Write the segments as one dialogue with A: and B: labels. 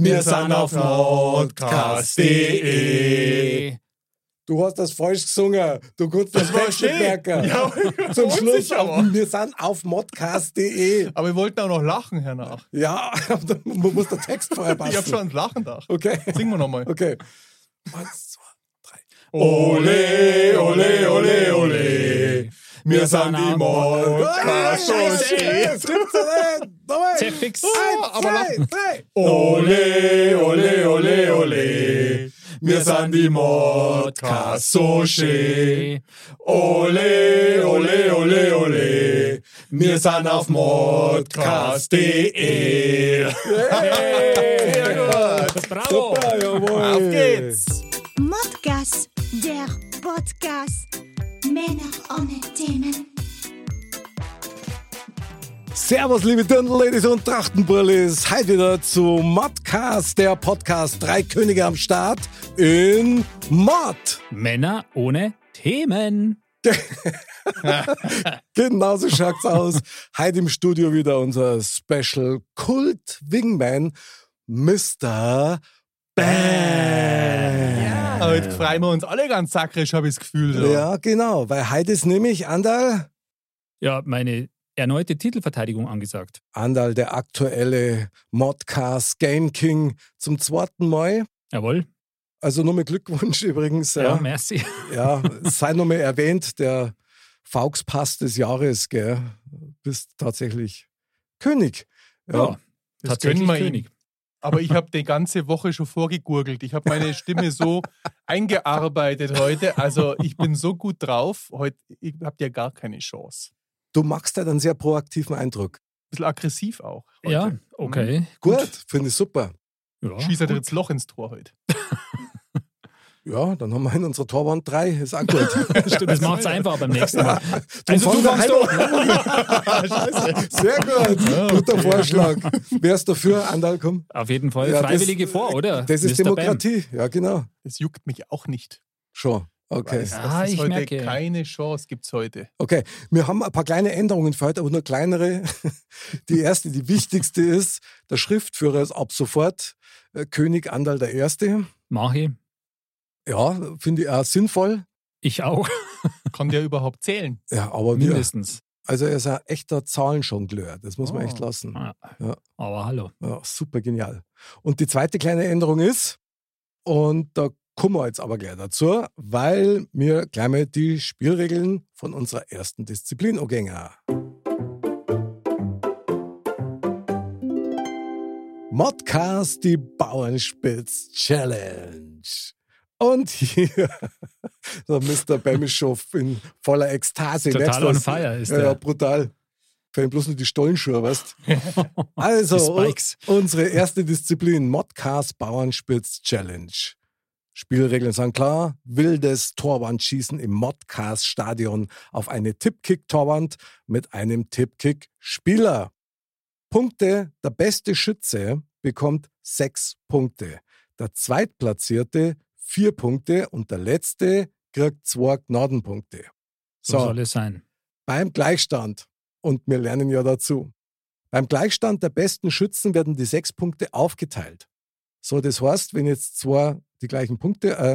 A: Wir sind auf modcast.de.
B: Du hast das falsch gesungen. Du kannst das
A: war
B: falsch
A: schön.
B: merken.
A: Ja,
B: Zum
A: holt
B: Schluss,
A: sich aber.
B: wir sind auf modcast.de.
A: Aber wir wollten auch noch lachen hernach.
B: Ja, man muss der Text vorher passen.
A: Ich hab schon ans Lachen gedacht.
B: Okay.
A: Singen wir nochmal.
B: Okay.
A: Ole, ole, ole, ole. Wir sind die Modcast so schön.
B: ah, Scheiße, Ah, Nochmal.
C: Zerfix.
B: Eins,
A: aber
B: zwei, drei.
A: Ole, ole, ole, ole. Wir sind die Modcast so schön. Ole, ole, ole, ole. Wir sind auf modcast.de. Sehr gut.
C: Bravo.
B: Super, jawohl.
A: Auf geht's.
D: Modcast, der Podcast. Männer ohne Themen.
B: Servus, liebe Dirndl-Ladies und Trachtenbrillis. Heute wieder zu Modcast, der Podcast Drei Könige am Start in Mod.
C: Männer ohne Themen.
B: Genauso Genau schaut's aus. Heute im Studio wieder unser Special Kult Wingman, Mr. Bam.
A: Ah, Heute freuen wir uns alle ganz sakrisch, habe ich das Gefühl.
B: Ja.
A: so.
B: genau, weil heute ist nämlich Andal,
C: Ja, meine erneute Titelverteidigung angesagt.
B: Andal der aktuelle Modcast Game King zum zweiten Mal.
C: Jawohl.
B: Also nochmal Glückwunsch übrigens.
C: Ja,
B: Ja,
C: merci.
B: ja sei nochmal erwähnt, der Fauxpass des Jahres, gell? Bist tatsächlich König.
C: Ja,
A: das
C: tatsächlich
A: gönnen wir
C: König.
A: ihm. Aber ich habe die ganze Woche schon vorgegurgelt. Ich habe meine Stimme so eingearbeitet heute. Also ich bin so gut drauf. Heute ich- habt ihr gar keine Chance.
B: Du machst halt einen sehr proaktiven Eindruck.
A: Ein bisschen aggressiv auch. Heute.
C: Ja, okay.
B: Gut, finde ich super.
C: Ja.
A: Schießt er halt jetzt Loch ins Tor heute.
B: Ja, dann haben wir in unserer Torwand drei. Ist auch gut.
C: Stimmt, das macht's einfach beim nächsten Mal.
B: Also
C: du fangst
B: an. Sehr gut. Guter Vorschlag. Wer ist dafür? Andal, komm.
C: Auf jeden Fall
B: Ja, das-
C: Freiwillige vor, oder?
B: Das ist
C: Mr. Bam.
B: Demokratie. Ja, genau.
A: Das juckt mich auch nicht.
B: Schon. Okay.
A: Weiß, dass
C: Ah,
A: es
C: ich
A: heute
C: merke.
A: keine Chance gibt heute.
B: Okay. Wir haben ein paar kleine Änderungen für heute, aber nur kleinere. Die erste, die wichtigste ist, der Schriftführer ist ab sofort äh, König Andal der Erste.
C: Mach ich.
B: Ja, finde ich auch sinnvoll.
C: Ich auch,
A: Kann der überhaupt zählen?
B: Ja, aber wir,
C: mindestens.
B: also er ist ein echter Zahlenjongleur. Das muss man echt lassen. Ja.
C: Aber hallo.
B: Ja, super genial. Und die zweite kleine Änderung ist, und da kommen wir jetzt aber gleich dazu, weil wir gleich mal die Spielregeln von unserer ersten Disziplin angehen. Modcast, die Bauernspitz-Challenge. Und hier, der Mr. Bemischow in voller Ekstase.
C: Total
B: Merkst du was?
C: on fire ist
B: ja, ja,
C: der.
B: brutal. Fällen bloß nur die Stollenschuhe, weißt also,
C: Die Spikes.
B: u- unsere erste Disziplin, Modcast Bauernspitz Challenge. Spielregeln sind klar. Wildes Torwandschießen im Modcast Stadion auf eine Tippkick-Torwand mit einem Tippkick-Spieler. Punkte. Der beste Schütze bekommt sechs Punkte. Der Zweitplatzierte vier Punkte und der Letzte kriegt zwei Gnadenpunkte.
C: So soll es sein.
B: ähm,
A: Bitte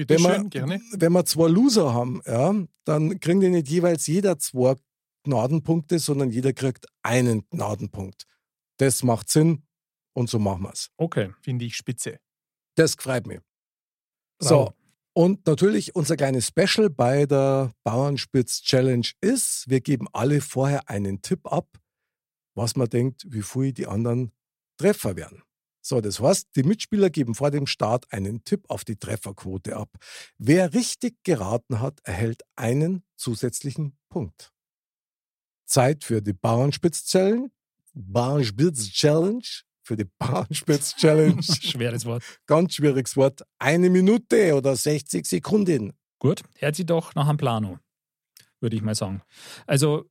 B: wenn
A: schön,
B: wir,
A: gerne.
B: wenn wir zwei Loser haben, ja, dann kriegen die nicht jeweils jeder zwei Gnadenpunkte, sondern jeder kriegt einen Gnadenpunkt. Das macht Sinn und so machen wir es.
C: Okay.
A: Finde ich spitze.
B: Das freut mich.
C: Bravo.
B: So, Und natürlich unser kleines Special bei der Bauernspitz Challenge ist, wir geben alle vorher einen Tipp ab, was man denkt, wie viel die anderen Treffer werden. So, das heißt, die Mitspieler geben vor dem Start einen Tipp auf die Trefferquote ab. Wer richtig geraten hat, erhält einen zusätzlichen Punkt. Zeit für die Bauernspitz Challenge. Bauernspitz Challenge. Für die Bauernspitz Challenge.
C: Schweres Wort.
B: Ganz schwieriges Wort. Eine Minute oder 60 Sekunden.
C: Gut, hört sich doch nach einem Plano, würde ich mal sagen. Also,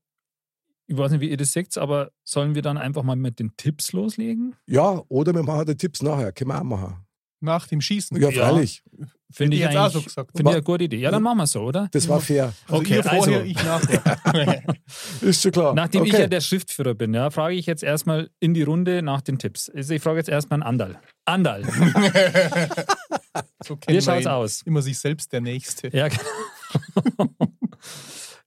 C: ich weiß nicht, wie ihr das seht, aber sollen wir dann einfach mal mit den Tipps loslegen?
B: Ja, oder wir machen die Tipps nachher. Können wir auch machen.
A: Nach dem Schießen.
B: Ja,
C: Ja.
B: freilich.
C: Finde ich
A: jetzt auch
C: eigentlich
A: so gesagt.
C: finde ich eine gute Idee. Ja, dann machen wir so, oder?
B: Das war fair.
A: Also
C: Okay,
A: ihr vorher,
C: also.
A: ich nachher.
B: Ist schon klar.
C: Nachdem ich
B: Okay.
C: ja der Schriftführer bin, ja, frage ich jetzt erstmal in die Runde nach den Tipps. Also ich frage jetzt erstmal einen Andal. Andal,
A: So kennen
C: wie
A: wir
C: schaut's
A: ihn.
C: aus?
A: Immer sich selbst der Nächste.
C: Ja, genau.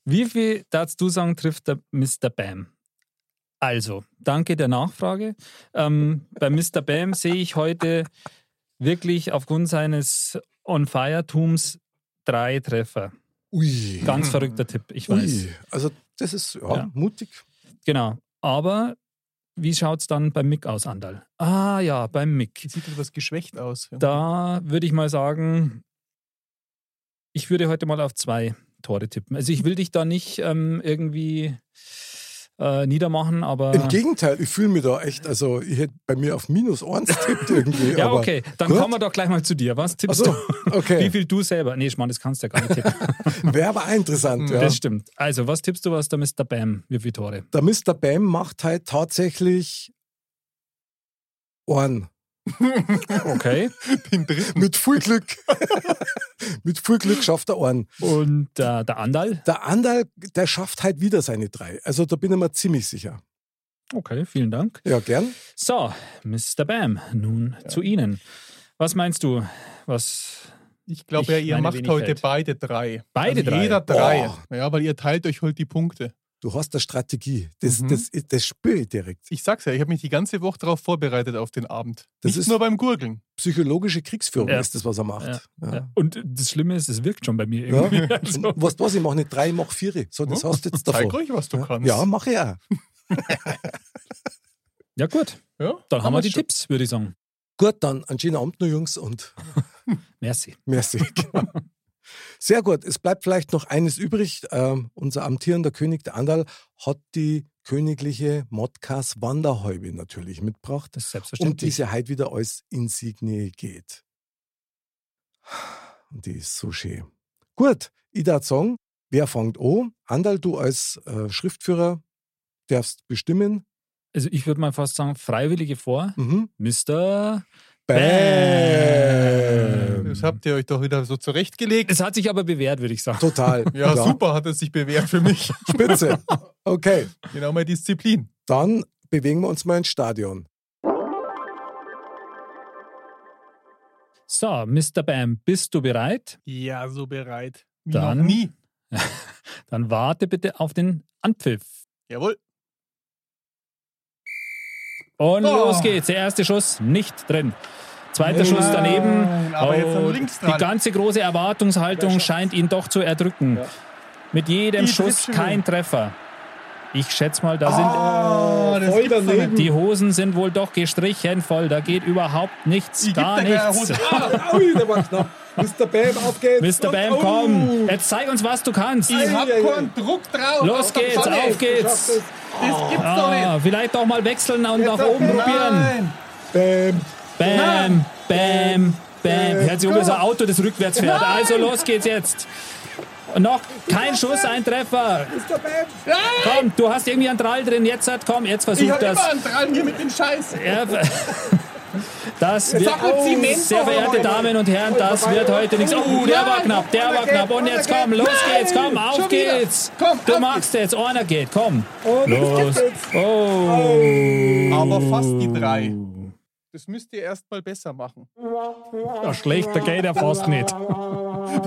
C: Wie viel, darfst du sagen, trifft der Mr. Bam? Also, danke der Nachfrage. Ähm, bei Mr. Bam sehe ich heute wirklich aufgrund seines On-Fire-Tums drei Treffer.
B: Ui.
C: Ganz verrückter Tipp, ich weiß.
B: Ui. Also, das ist ja,
C: Ja.
B: mutig.
C: Genau. Aber wie schaut es dann beim Mick aus, Andal? Ah ja, beim Mick.
A: Sieht etwas geschwächt aus.
C: Da würde ich mal sagen, ich würde heute mal auf zwei Tore tippen. Also ich will dich da nicht ähm, irgendwie äh, niedermachen, aber.
B: Im Gegenteil, ich fühle mich da echt, also ich hätte bei mir auf minus 1 tippt irgendwie.
C: Ja,
B: aber
C: okay. Dann
B: gut.
C: kommen wir doch gleich mal zu dir. Was tippst
B: Achso,
C: du? Wie
B: okay.
C: viel du selber? Nee, Schmarrn, das kannst du ja gar nicht tippen.
B: Wäre aber interessant, ja.
C: Das stimmt. Also, was tippst du, was da Mr. Bam? Wie viele Tore?
B: Der Mr. Bam macht halt tatsächlich Ohren.
C: Okay.
A: Den dritten.
B: Mit viel Glück. Mit viel Glück schafft er Ohren.
C: Und äh, der Andal?
B: Der Andal, der schafft halt wieder seine drei. Also da bin ich mir ziemlich sicher.
C: Okay, vielen Dank.
B: Ja, gern.
C: So, Mr. Bam, nun zu Ihnen. Was meinst du? Was?
A: Ich glaube ja,
C: Ich
A: ihr
C: meine
A: macht
C: wenig
A: heute
C: Feld.
A: beide drei.
C: Beide
A: also
C: drei?
A: Jeder drei.
B: Boah.
A: Ja, weil ihr teilt euch halt die Punkte.
B: Du hast eine Strategie. Das,
A: Mhm.
B: das, das spüre ich direkt.
A: Ich sag's ja, ich habe mich die ganze Woche darauf vorbereitet auf den Abend.
B: Das
A: Nicht
B: ist-
A: nur beim Gurgeln.
B: Psychologische Kriegsführung
C: Ja.
B: ist das, was er macht. Ja.
C: Ja. Und das Schlimme ist, es wirkt schon bei mir
B: Ja. Mhm.
C: irgendwie. Also,
B: Weißt du was, ich mache nicht drei, ich mache vier. So, das
A: Hm?
B: hast du jetzt davon.
A: Zeig ruhig, was du kannst.
B: Ja, mache ich auch.
C: ja gut,
A: Ja,
C: dann haben wir die
A: schon.
C: Tipps, würde ich sagen.
B: Gut, dann einen schönen Abend noch, Jungs, und
C: Merci.
B: merci. Genau. Sehr gut, es bleibt vielleicht noch eines übrig. Ähm, unser amtierender König, der Andal, hat die königliche Modkas Wanderhäube natürlich mitgebracht,
C: Das ist
B: um
C: selbstverständlich.
B: die es heute wieder als Insigne geht. Und die ist so schön. Gut, Ida Song, wer fängt an? Andal, du als äh, Schriftführer darfst bestimmen.
C: also ich würde mal fast sagen, Freiwillige vor.
B: Mhm.
C: Mr.
B: Bam.
A: Das habt ihr euch doch wieder so zurechtgelegt.
C: Es hat sich aber bewährt, würde ich sagen.
B: Total.
A: Ja, super hat es sich bewährt für mich.
B: Spitze. Okay,
A: genau meine Disziplin.
B: dann bewegen wir uns mal ins Stadion.
C: So, Mr. Bam, bist du bereit?
A: Ja, so bereit. Wie
C: Dann-
A: noch nie.
C: Dann warte bitte auf den Anpfiff.
A: Jawohl.
C: Und
A: Oh.
C: los geht's. Der erste Schuss nicht drin. Zweiter
A: Nein,
C: Schuss daneben.
A: aber jetzt am
C: Oh,
A: links
C: die
A: dran.
C: ganze große Erwartungshaltung scheint ihn doch zu erdrücken. Mit jedem
A: Die
C: Schuss
A: Trippchen.
C: kein Treffer. Ich schätze mal, da sind
A: Ah, das
B: voll
A: gibt's doch
B: daneben.
A: nicht.
C: die Hosen sind wohl doch gestrichen voll. Da geht überhaupt nichts,
A: Ich
C: gar
A: geb dir keine
C: nichts.
A: Hose.
B: Aui, der war knapp. Mr. Bam, auf geht's.
C: Mr.
B: Und-
C: Bam,
B: oh,
C: komm, jetzt zeig uns, was du kannst.
A: Ich hab
B: Eieiei.
A: keinen Druck drauf.
C: Los
A: auf der
C: geht's,
A: Pfanne.
C: auf geht's.
B: schafft es.
A: Das gibt's doch nicht.
C: Ah, vielleicht auch mal wechseln und nach oben probieren.
A: Nein.
B: Bam.
C: Bam, bam, bam. Hört sich um, das ist ein Auto, das rückwärts fährt. Also los geht's jetzt. Noch kein Schuss, ein Treffer.
B: Mr. Bam.
C: Komm, du hast irgendwie einen Drall drin. Jetzt hat, komm, jetzt
A: Ich
C: versuch
A: hab
C: das.
A: immer einen dran hier mit dem Scheiß.
C: Er- Das wird,
B: sag mal, Zement
C: sehr
B: doch
C: verehrte
B: noch mal.
C: Damen und Herren, das wird heute nichts. Oh, der war knapp, der war knapp. Und jetzt komm, los geht's, komm, auf
A: Schon wieder.
C: geht's.
A: Komm,
C: Du
A: auf
C: magst jetzt, einer geht, komm.
B: Und
C: Los.
B: los geht's.
C: Oh.
A: Aber fast die drei. Das müsst ihr erstmal besser machen.
C: Ja, schlechter geht er fast nicht.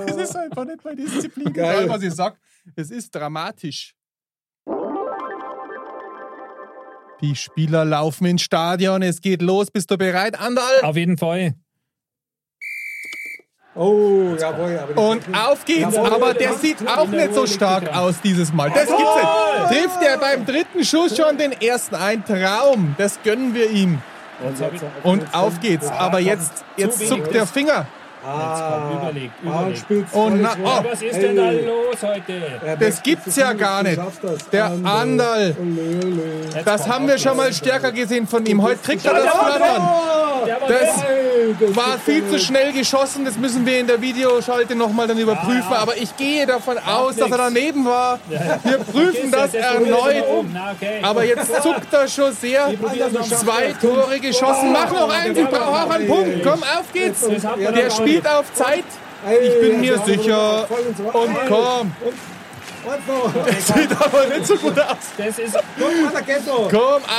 A: Das ist einfach nicht meine Disziplin.
B: Geil.
A: Egal, was ich sag. Es ist dramatisch. Die Spieler laufen ins Stadion. Es geht los. Bist du bereit, Andal?
C: Auf jeden Fall.
B: Oh, jawohl. Aber die-
A: Und auf geht's,
B: Jawohl,
A: aber der
B: Mann.
A: sieht auch nicht so stark aus dieses Mal. Das gibt's nicht. Trifft er beim dritten Schuss schon den ersten? Ein Traum. Das gönnen wir ihm. Und auf geht's. Aber jetzt, jetzt zuckt der Finger. Ah.
C: Komm, überleg,
B: Bauern
C: überleg.
B: spielt
A: Oh, na,
B: völlig
A: oh.
B: wahr.
C: Was ist
B: Ey,
C: denn da los heute?
B: Herr
A: Äh, Das
B: Beck,
A: gibt's ja gar
B: du
A: nicht.
B: schaffst das.
A: Der Anderl.
B: Ole, ole.
A: Das haben wir schon mal stärker gesehen von ihm. Heute kriegt er das Flattern.
C: Der war
A: Das
B: Ey, das
A: war
B: gibt's
A: viel
B: ja
A: zu
B: nicht.
A: schnell geschossen. Das müssen wir in der Videoschalte nochmal dann überprüfen. Aber ich gehe davon aus, dass er daneben war. Wir prüfen das erneut.
B: um.
A: Aber jetzt zuckt er schon sehr. Zwei Tore geschossen. Mach noch eins, ich brauche auch einen Punkt. Komm, auf geht's. Der spielt auf Zeit. Ich bin mir sicher. Und komm. Sieht aber nicht so gut aus.
C: Das ist
A: Komm,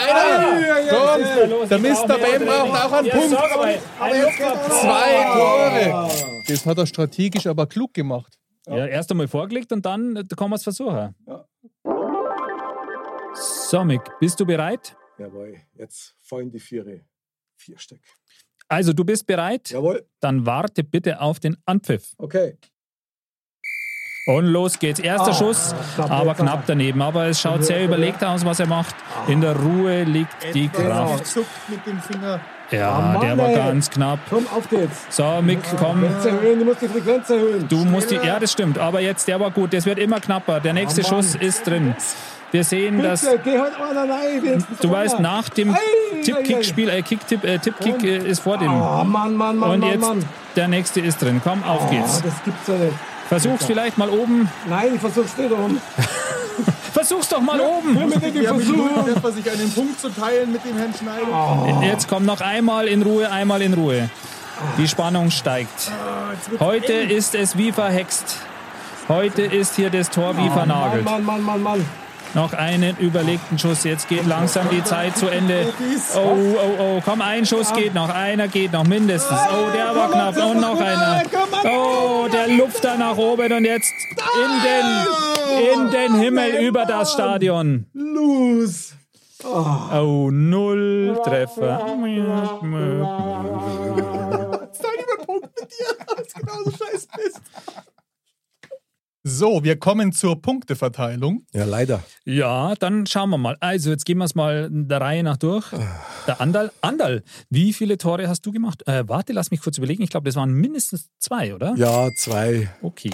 A: einer. Komm. Der Mr. Bam braucht auch einen Punkt. Zwei Tore. Das hat er strategisch aber klug gemacht.
C: Ja, erst einmal vorgelegt und dann äh, kann man es versuchen. So, Mick, bist du bereit?
B: Jawohl, jetzt fallen die Viere. Vier Stück.
C: Also, du bist bereit?
B: Jawohl,
C: Dann warte bitte auf den Anpfiff.
B: okay.
C: Und los geht's. Erster Schuss, aber Ah, knapp daneben. Aber es schaut sehr überlegt aus, was er macht. In der Ruhe liegt die
A: Genau,
C: Kraft.
A: zuckt mit dem Finger.
C: Ja, der war ganz knapp.
B: Komm, auf geht's.
C: So, Mick, komm.
B: Jetzt erhöhen, du musst die Frequenz erhöhen.
C: Du musst die. Ja, das stimmt. Aber jetzt, der war gut. Das wird immer knapper. Der nächste Schuss ist drin. Wir sehen, dass
B: Bitte, geh halt einer rein. wenigstens
C: Du
B: einer.
C: weißt, nach dem
B: Ei,
C: Tipp-Kick-Spiel, äh, Kick-Tipp, äh, Tipp-Kick äh, ist vor dem.
B: Oh, Mann, Mann, Mann,
C: und
B: Mann,
C: jetzt
B: Mann.
C: der nächste ist drin. Komm, auf
B: Ah,
C: geht's.
B: das gibt's ja nicht.
C: Versuch's vielleicht mal oben.
B: Nein, ich versuch's nicht um.
C: Versuch's doch mal oben.
B: Mit dem
A: Ja, mit
B: Versuch.
A: Luther wird man sich einen Punkt zu teilen mit dem Herrn Schneider.
C: Jetzt komm noch einmal in Ruhe, einmal in Ruhe. Die Spannung steigt.
B: Ah,
C: Heute ist es wie verhext. Heute ist hier das Tor wie
B: Ah, Mann,
C: vernagelt.
B: Mann, Mann, Mann, Mann.
C: Noch einen überlegten Schuss. Jetzt geht langsam die Zeit zu Ende. Oh, oh, oh. Komm, ein Schuss geht noch. Einer geht noch mindestens. Oh, der war knapp. Und noch
B: Ah,
C: einer. Oh, der lupft da nach oben und jetzt in den, in den Himmel über das Stadion.
B: Los.
C: Oh, null Treffer.
A: So, wir kommen zur Punkteverteilung.
B: Ja, leider.
C: Ja, dann schauen wir mal. Also, jetzt gehen wir es mal der Reihe nach durch. Der Andal. Andal, wie viele Tore hast du gemacht? Äh, warte, lass mich kurz überlegen. Ich glaube, das waren mindestens zwei, oder?
B: Ja, zwei.
C: Okay.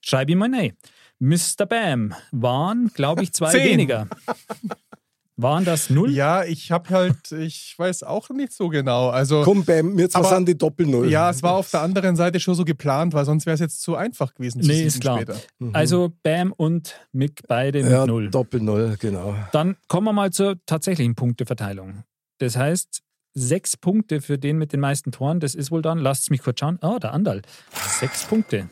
C: Schreibe ihm mal nein. Mr. Bam waren, glaube ich, zwei
A: Zehn.
C: weniger. Waren das null?
A: Ja, ich habe halt, ich weiß auch nicht so genau. Also,
B: Komm, also Bam, jetzt was
A: Aber-
B: an die Doppel-Null.
A: ja, es war auf der anderen Seite schon so geplant, weil sonst wäre es jetzt zu einfach gewesen. Zu
C: nee,
A: sieben
C: ist klar.
A: Später. Mhm.
C: Also Bam und Mick beide mit
B: Ja,
C: null.
B: Doppel-Null, genau.
C: Dann kommen wir mal zur tatsächlichen Punkteverteilung. Das heißt, sechs Punkte für den mit den meisten Toren, das ist wohl dann, lasst mich kurz schauen, ah, der Andal. Sechs Punkte.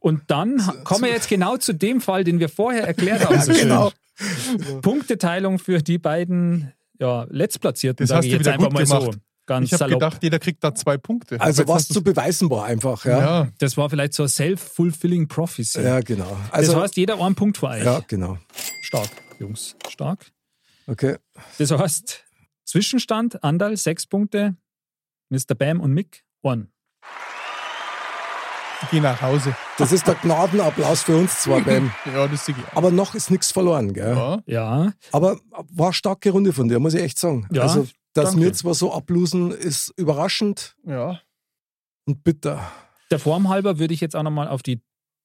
C: Und dann ha- kommen wir jetzt genau zu dem Fall, den wir vorher erklärt haben. So genau. Punkteteilung für die beiden ja, Letztplatzierten,
A: Das
C: sage
A: hast
C: ich
A: du
C: jetzt
A: wieder
C: einfach
A: gut
C: mal so.
A: gemacht.
C: Ganz
A: Ich habe
C: salopp.
A: gedacht, jeder kriegt da zwei Punkte.
B: Also
A: Aber jetzt
B: was
A: hast
B: zu beweisen war einfach,
A: du's-
B: ja.
A: Ja,
C: Das war vielleicht so eine self-fulfilling prophecy.
B: Ja, genau.
C: das
B: Also,
C: heißt, jeder einen Punkt für euch.
B: ja, genau.
C: Stark, Jungs, stark.
B: Okay.
C: Das heißt, Zwischenstand, Andal, sechs Punkte, Mr. Bam und Mick, one.
A: ich geh nach Hause.
B: Das ist der Gnadenapplaus für uns zwar, Bam.
A: Ja, das sehe ich auch.
B: Aber noch ist nichts verloren, gell?
A: Ja.
C: Ja,
B: Aber war starke Runde von dir, muss ich echt sagen.
C: Ja,
B: also, dass
C: danke.
B: wir zwar so ablosen, ist überraschend
A: ja.
B: und bitter.
C: der Form halber würde ich jetzt auch nochmal auf die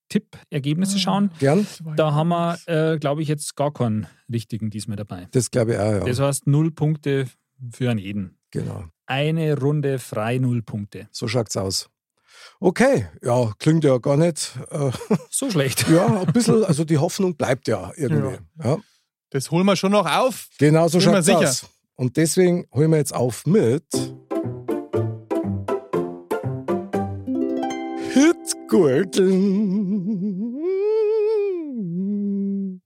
C: Tippergebnisse schauen.
B: Gern?
C: Da haben wir, äh, glaube ich, jetzt gar keinen richtigen diesmal dabei.
B: Das glaube ich auch, ja.
C: Das heißt, null Punkte für einen jeden.
B: Genau.
C: Eine Runde frei null Punkte.
B: So schaut's aus. Okay, ja, klingt ja gar nicht. Äh,
C: So schlecht.
B: ja, ein bisschen, also die Hoffnung bleibt ja irgendwie. Ja.
A: Das holen wir schon noch auf.
B: Genau so
A: Bin mir
B: schaut's
A: sicher.
B: aus. Und deswegen holen wir jetzt auf mit Hitgurgeln.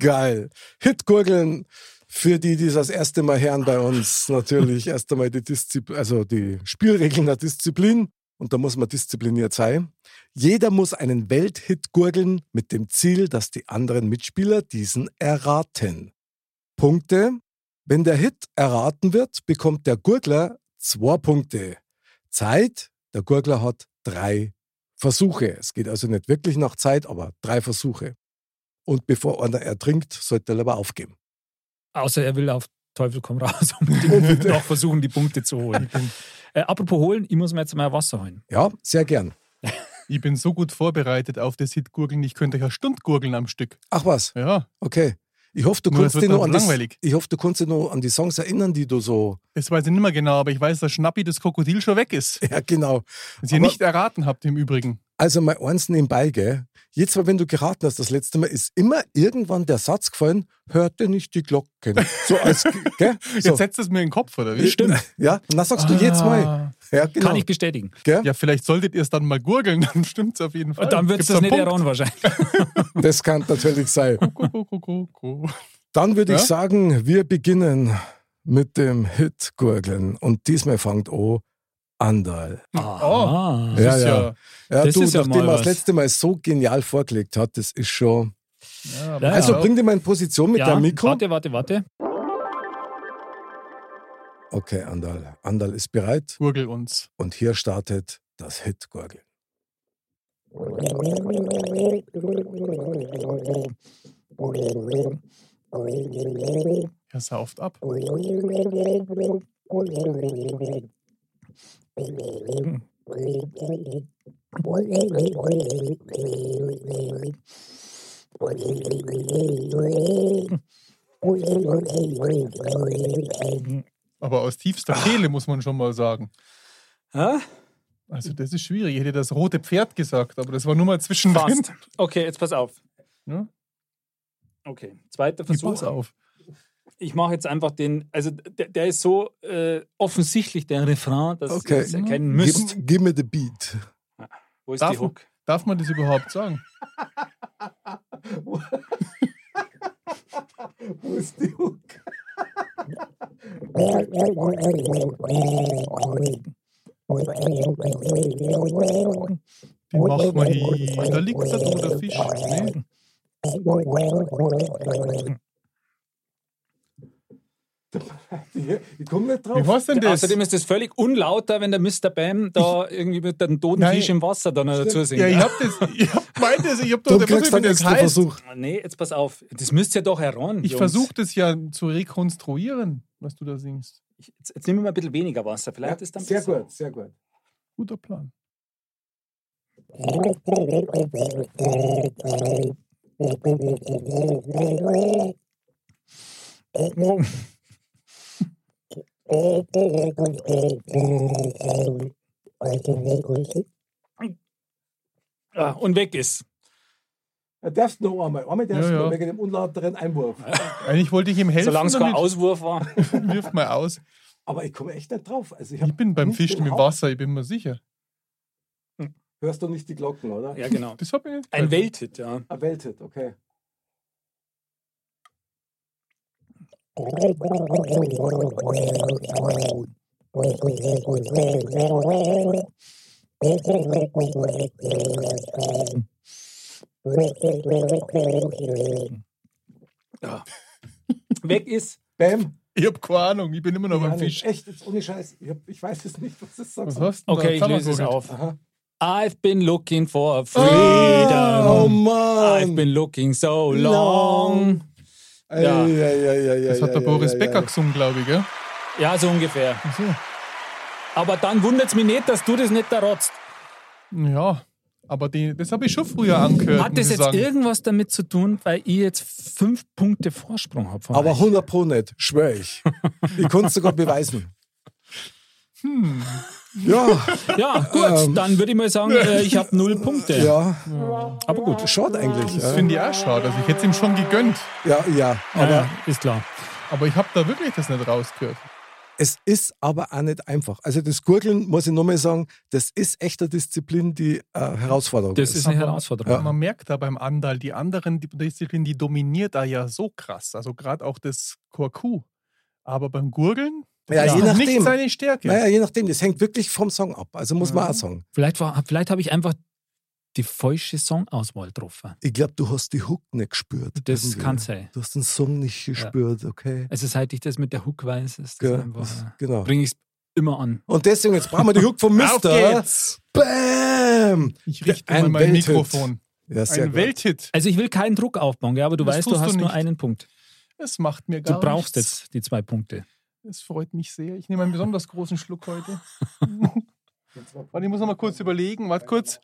B: Geil. Hitgurgeln für die, die das erste Mal hören bei uns, natürlich erst einmal die Disziplin, also die Spielregeln der Disziplin. Und da muss man diszipliniert sein. Jeder muss einen Welthit gurgeln mit dem Ziel, dass die anderen Mitspieler diesen erraten. Punkte. Wenn der Hit erraten wird, bekommt der Gurgler zwei Punkte. Zeit, der Gurgler hat drei Versuche. Es geht also nicht wirklich nach Zeit, aber drei Versuche. Und bevor einer ertrinkt, sollte er lieber aufgeben.
C: Außer er will auf Teufel komm raus und noch versuchen, die Punkte zu holen. Äh, apropos holen, ich muss mir jetzt mal Wasser holen.
B: Ja, sehr gern.
A: Ich bin so gut vorbereitet auf das Hit-Gurgeln, ich könnte euch eine Stunde gurgeln am Stück.
B: Ach was,
A: Ja,
B: okay. Ich hoffe, du
A: Nur
B: kannst
A: es wird
B: dich noch
A: dann
B: an die,
A: langweilig.
B: ich hoffe, du kannst dich noch an die Songs erinnern, die du so.
A: das weiß ich nicht mehr genau, aber ich weiß, dass Schnappi das Krokodil schon weg ist.
B: Ja, genau.
A: Das ihr
B: Aber-
A: nicht erraten habt im Übrigen.
B: Also mal eins nebenbei, gell? Jetzt mal, wenn du geraten hast, das letzte Mal ist immer irgendwann der Satz gefallen, hörte nicht die Glocken. So als, gell? So.
A: Jetzt setzt es mir in den Kopf, oder wie?
B: Ja, und das sagst du jetzt mal.
A: Ah.
B: Ja, genau.
C: Kann ich bestätigen.
B: gell?
A: Ja, vielleicht solltet ihr es dann mal gurgeln, dann stimmt's auf jeden Fall.
C: Dann wird es
A: Äh, Gibt's
C: das
A: einen
C: nicht
A: Punkt?
C: erraten wahrscheinlich.
B: Das kann natürlich sein.
A: Gu, gu, gu, gu, gu.
B: Dann würde ich
A: Ja?
B: sagen, wir beginnen mit dem Hit Gurgeln. Und diesmal fängt an Andal.
A: Oh.
C: Ah.
A: Das
B: Ja,
A: ist
B: ja. Ja,
C: Das
B: du,
C: ist ja
B: nachdem
C: mal
B: er das
C: was.
B: letzte Mal so genial vorgelegt hat, das ist schon.
A: ja,
C: Ja,
B: Also
C: ja.
B: bring dir mal in Position mit
C: Ja,
B: deinem Mikro.
C: Warte, warte, warte.
B: Okay, Andal. Andal ist bereit.
A: Gurgel uns.
B: Und hier startet das Hit Gurgeln.
A: Er sauft ab. Aber aus tiefster Kehle muss man schon mal sagen.
C: Ah. Hä?
A: Also das ist schwierig. Ich hätte das rote Pferd gesagt, aber das war nur mal zwischendrin.
C: Fast. Okay, jetzt pass auf. Hm?
A: Ja?
C: Okay, zweiter
A: Ich pass
C: Versuch.
A: auf.
C: Ich mache jetzt einfach den, also der, der ist so äh, offensichtlich der Refrain, dass
B: Okay.
C: ihr
A: Mhm.
C: es erkennen
B: Gib,
C: müsst.
B: gib mir den Beat.
C: Wo ist
A: Darf
C: die Hook?
A: Darf man das überhaupt sagen?
B: Wo ist die Hook?
A: Die machen wir hier. Da liegt der tote Fisch. ne? Nee.
B: Ich komme nicht
A: Wie
B: drauf.
A: war's denn das?
C: Außerdem ist es völlig unlauter, wenn der Mr. Bam da irgendwie mit dem toten
A: Nein.
C: Fisch im Wasser dann dazu singt.
A: Ja, ich hab das. Ich hab meint das. Ich hab da
B: Du
A: der
B: kriegst
A: Versuch,
B: einen
A: wie das
B: extra
A: heißt.
B: Versuch.
C: Ah, Nee, jetzt pass auf. Das müsst ihr doch heran.
A: Ich
C: Jungs.
A: versuche das ja zu rekonstruieren, was du da singst.
C: Ich- Jetzt, jetzt nehmen wir mal ein bisschen weniger Wasser. Vielleicht ist dann
B: Sehr
C: besser.
B: gut, sehr gut.
A: Guter Plan.
C: Ah, und weg ist.
B: Er darfst noch einmal. Einmal
A: darfst Ja, du ja. wegen
B: dem unlauteren Einwurf.
A: Eigentlich wollte ich ihm helfen.
C: Solange es kein
A: damit-
C: Auswurf war.
A: Wirf mal aus.
B: Aber ich komme echt nicht drauf. Also
A: Ich bin beim Fischen
B: genau.
A: im Wasser, ich bin mir sicher.
B: Hörst du nicht die Glocken, oder?
C: Ja, genau.
A: Das hab ich nicht.
C: Ein Welthit, ja.
B: Ein Welthit, okay.
C: Weg ist.
B: Bam.
A: Ich hab keine Ahnung, ich bin immer noch beim
B: Ahnung,
A: Fisch.
B: Echt, jetzt ohne Scheiß. Ich, hab, ich weiß jetzt nicht, was das sagt.
A: Was hast du
C: Okay, ich
A: denn da?
C: löse es
A: Zusammengurgelt.
C: auf.
B: Aha.
C: I've been looking for
B: Oh
C: freedom.
A: Ah,
C: I've
B: Mann.
C: been looking so long. Ja.
B: Das
A: Das hat der Boris Becker gesungen, glaube ich, gell?
C: Ja, so ungefähr. Aber dann wundert es mich nicht, dass du das nicht da rotzt.
A: Ja, aber die, das habe ich schon früher angehört.
C: Hat
A: muss
C: das
A: ich
C: jetzt
A: sagen.
C: irgendwas damit zu tun, weil ich jetzt fünf Punkte Vorsprung habe?
B: Aber 100 pro nicht, schwör ich. Ich konnte es sogar beweisen.
A: Hm.
B: Ja,
C: Ja, gut, dann würde ich mal sagen, äh, ich habe null Punkte.
B: ähm, ja,
C: Aber gut.
B: schaut eigentlich.
A: Das
B: Ja,
A: finde ich auch schade. Also ich hätte es ihm schon gegönnt.
B: ja. ja.
C: Aber
B: Aber
C: ist klar.
A: Aber ich habe da wirklich das nicht rausgehört.
B: es ist aber auch nicht einfach. Also das Gurgeln, muss ich nochmal sagen, das ist echt eine Disziplin, die äh, Herausforderung
C: Das ist eine
A: Aber-
C: Herausforderung.
A: Man merkt da beim Andal, die anderen Disziplinen, die dominiert da ja so krass. Also gerade auch das Korku. Aber beim Gurgeln, das
B: Ja,
A: ist
B: je
A: noch
B: nachdem.
A: nicht seine Stärke.
B: Naja, je nachdem, das hängt wirklich vom Song ab. Also muss
A: Mhm.
B: man auch sagen.
C: Vielleicht, war- vielleicht habe ich einfach die falsche Songauswahl getroffen.
B: Ich glaube, du hast die Hook nicht gespürt.
C: Das
B: irgendwie.
C: kann sein.
B: Du hast den Song nicht gespürt, okay?
C: Also seit ich das mit der Hook weiß, ist das
B: Gell,
C: einfach,
B: genau.
C: bringe ich es immer an.
B: Und deswegen, jetzt brauchen wir die Hook vom
A: Auf
B: Mister.
A: geht's!
B: Bam! Bam!
A: Ich richte
B: Ein
A: mal mein
B: Welthit.
A: Mikrofon.
B: Ja, sehr
A: Ein
B: gut.
A: Welthit.
C: Also ich will keinen Druck aufbauen, gell, aber du
A: Das
C: weißt, du
A: tust
C: hast
A: du
C: nur
A: nicht.
C: einen Punkt.
A: Es macht mir
C: Du
A: gar
C: brauchst
A: nichts.
C: jetzt die zwei Punkte.
A: Es freut mich sehr. Ich nehme einen besonders großen Schluck heute. Warte, ich muss noch mal kurz überlegen. Warte kurz.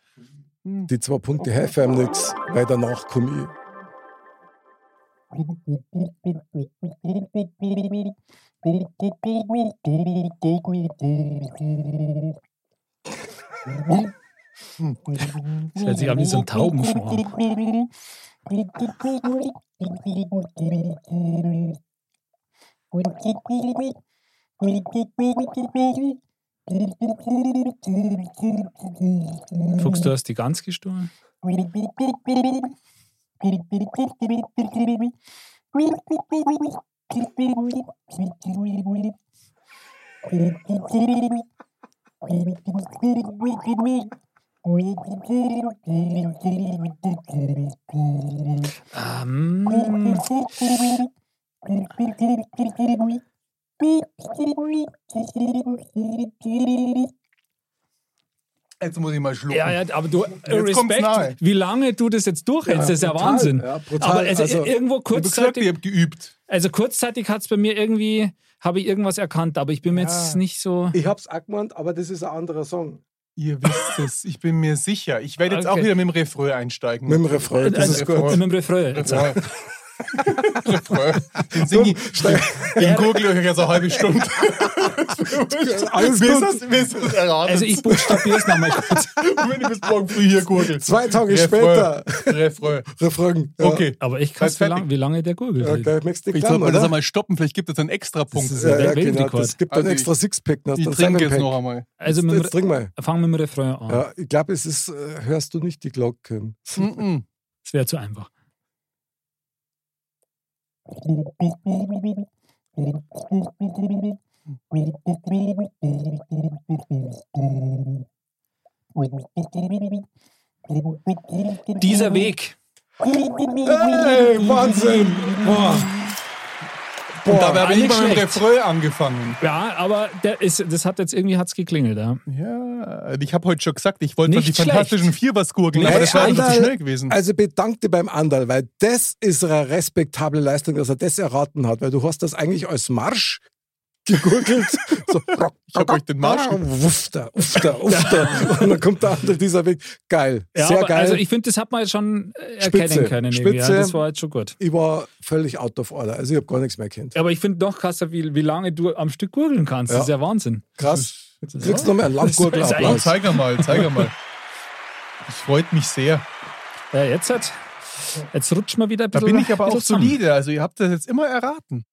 B: Die zwei Punkte helfen einem nichts, weil danach komme ich.
C: Das hört sich an wie so ein Taubenschnorr. Fuchs, du hast die ganz gestohlen. Ähm,
A: Jetzt muss ich mal schlucken.
C: ja, ja, aber du,
A: kommt's nahe.
C: Respekt, wie lange du das jetzt durchhältst, das ist ja
B: brutal,
C: Wahnsinn.
B: ja, brutal.
C: aber also,
B: Also,
C: irgendwo
A: Ich habe gesagt, ich
C: kurzzeitig,
A: habe geübt.
C: also kurzzeitig hat es bei mir irgendwie, habe ich irgendwas erkannt, aber ich bin mir jetzt nicht so.
B: Ich hab's auch gemeint, aber das ist ein anderer Song.
A: Ihr wisst es. Ich bin mir sicher. Ich werde jetzt auch
C: Okay.
A: wieder mit dem Refrain einsteigen.
B: Mit dem Refrain, das
C: Also,
B: ist
A: Refrain.
B: gut.
C: Mit dem Refrain. jetzt.
A: Refrain. Refrain. Den singe ich. Den, den gurgle ich euch jetzt eine halbe Stunde.
B: Alles
A: Bis
B: gut.
A: es- bis es erratet.
C: Also ich buchstabiere es nochmal kurz.
A: Und wenn ich bis morgen früh hier gurgel.
B: Zwei Tage
A: Refrain.
B: später.
A: Refrain.
B: Refrain. Ja.
A: Okay.
C: Aber ich kann
A: Seid
C: wie,
A: fertig.
C: lang, wie lange der gurgelt.
B: Ja,
C: halt.
B: gleich merkst du dich
A: Ich
B: dran,
A: sollte
B: oder?
A: man das einmal stoppen. Vielleicht gibt es einen extra Punkt.
C: ist
B: ja, ja,
C: Wer will die
B: genau, das
C: Quart?
B: gibt
A: Also
B: einen
A: ich-
B: extra Sixpack nach
A: Ich
B: der
A: trinke jetzt
B: Sevenpack.
A: noch einmal.
C: Also
B: Jetzt,
C: mit dem
B: jetzt
C: Re-
B: trink mal.
C: fang mit dem Refrain an.
B: Ja, ich glaube, es ist, äh, hörst du nicht die Glocke.
A: Mm
C: Das wäre zu einfach. Dieser
B: Oh.
C: Weg.
B: Hey, Wahnsinn! Boah.
A: Und dabei habe
C: Ah,
A: ich
C: nicht
A: mal mit dem
C: schlecht.
A: Refrain angefangen.
C: Ja, aber der ist, das hat jetzt irgendwie hat's geklingelt. Ja.
A: Ja, Äh, ich habe heute schon gesagt, ich wollte mal die
C: Nicht schlecht.
A: fantastischen Vier was gurgeln,
B: Hey,
A: aber das wäre einfach zu
B: Anderl,
A: schnell gewesen.
B: Also bedank dich beim Anderl, weil das ist eine respektable Leistung, dass er das erraten hat, weil du hast das eigentlich als Marsch gegurgelt. So, ich
A: hab euch den Marsch ge-
B: Uff da, uff da, uff da. Und dann kommt der andere dieser Weg. Geil,
C: Ja,
B: sehr
C: aber
B: geil.
C: Also ich finde, das hat man jetzt schon äh, erkennen
B: Spitze.
C: können. irgendwie, Ja,
B: Spitze.
C: das war jetzt schon gut.
B: ich war völlig out of order. Also ich habe gar nichts mehr kennt.
C: Aber ich finde doch krasser, wie, wie lange du am Stück gurgeln kannst. Das ist ja Wahnsinn.
B: Krass.
C: Das ist-
B: Kriegst du noch mehr einen
C: Also
A: Oh,
B: Langgurgelapplaus.
A: zeig er mal, zeig er mal. Das freut mich sehr.
C: Ja, jetzt hat, jetzt rutscht man wieder ein
A: Da
C: bisschen.
A: bin ich aber
C: bisschen
A: auch
C: zusammen.
A: solide. Also ihr habt das jetzt immer erraten.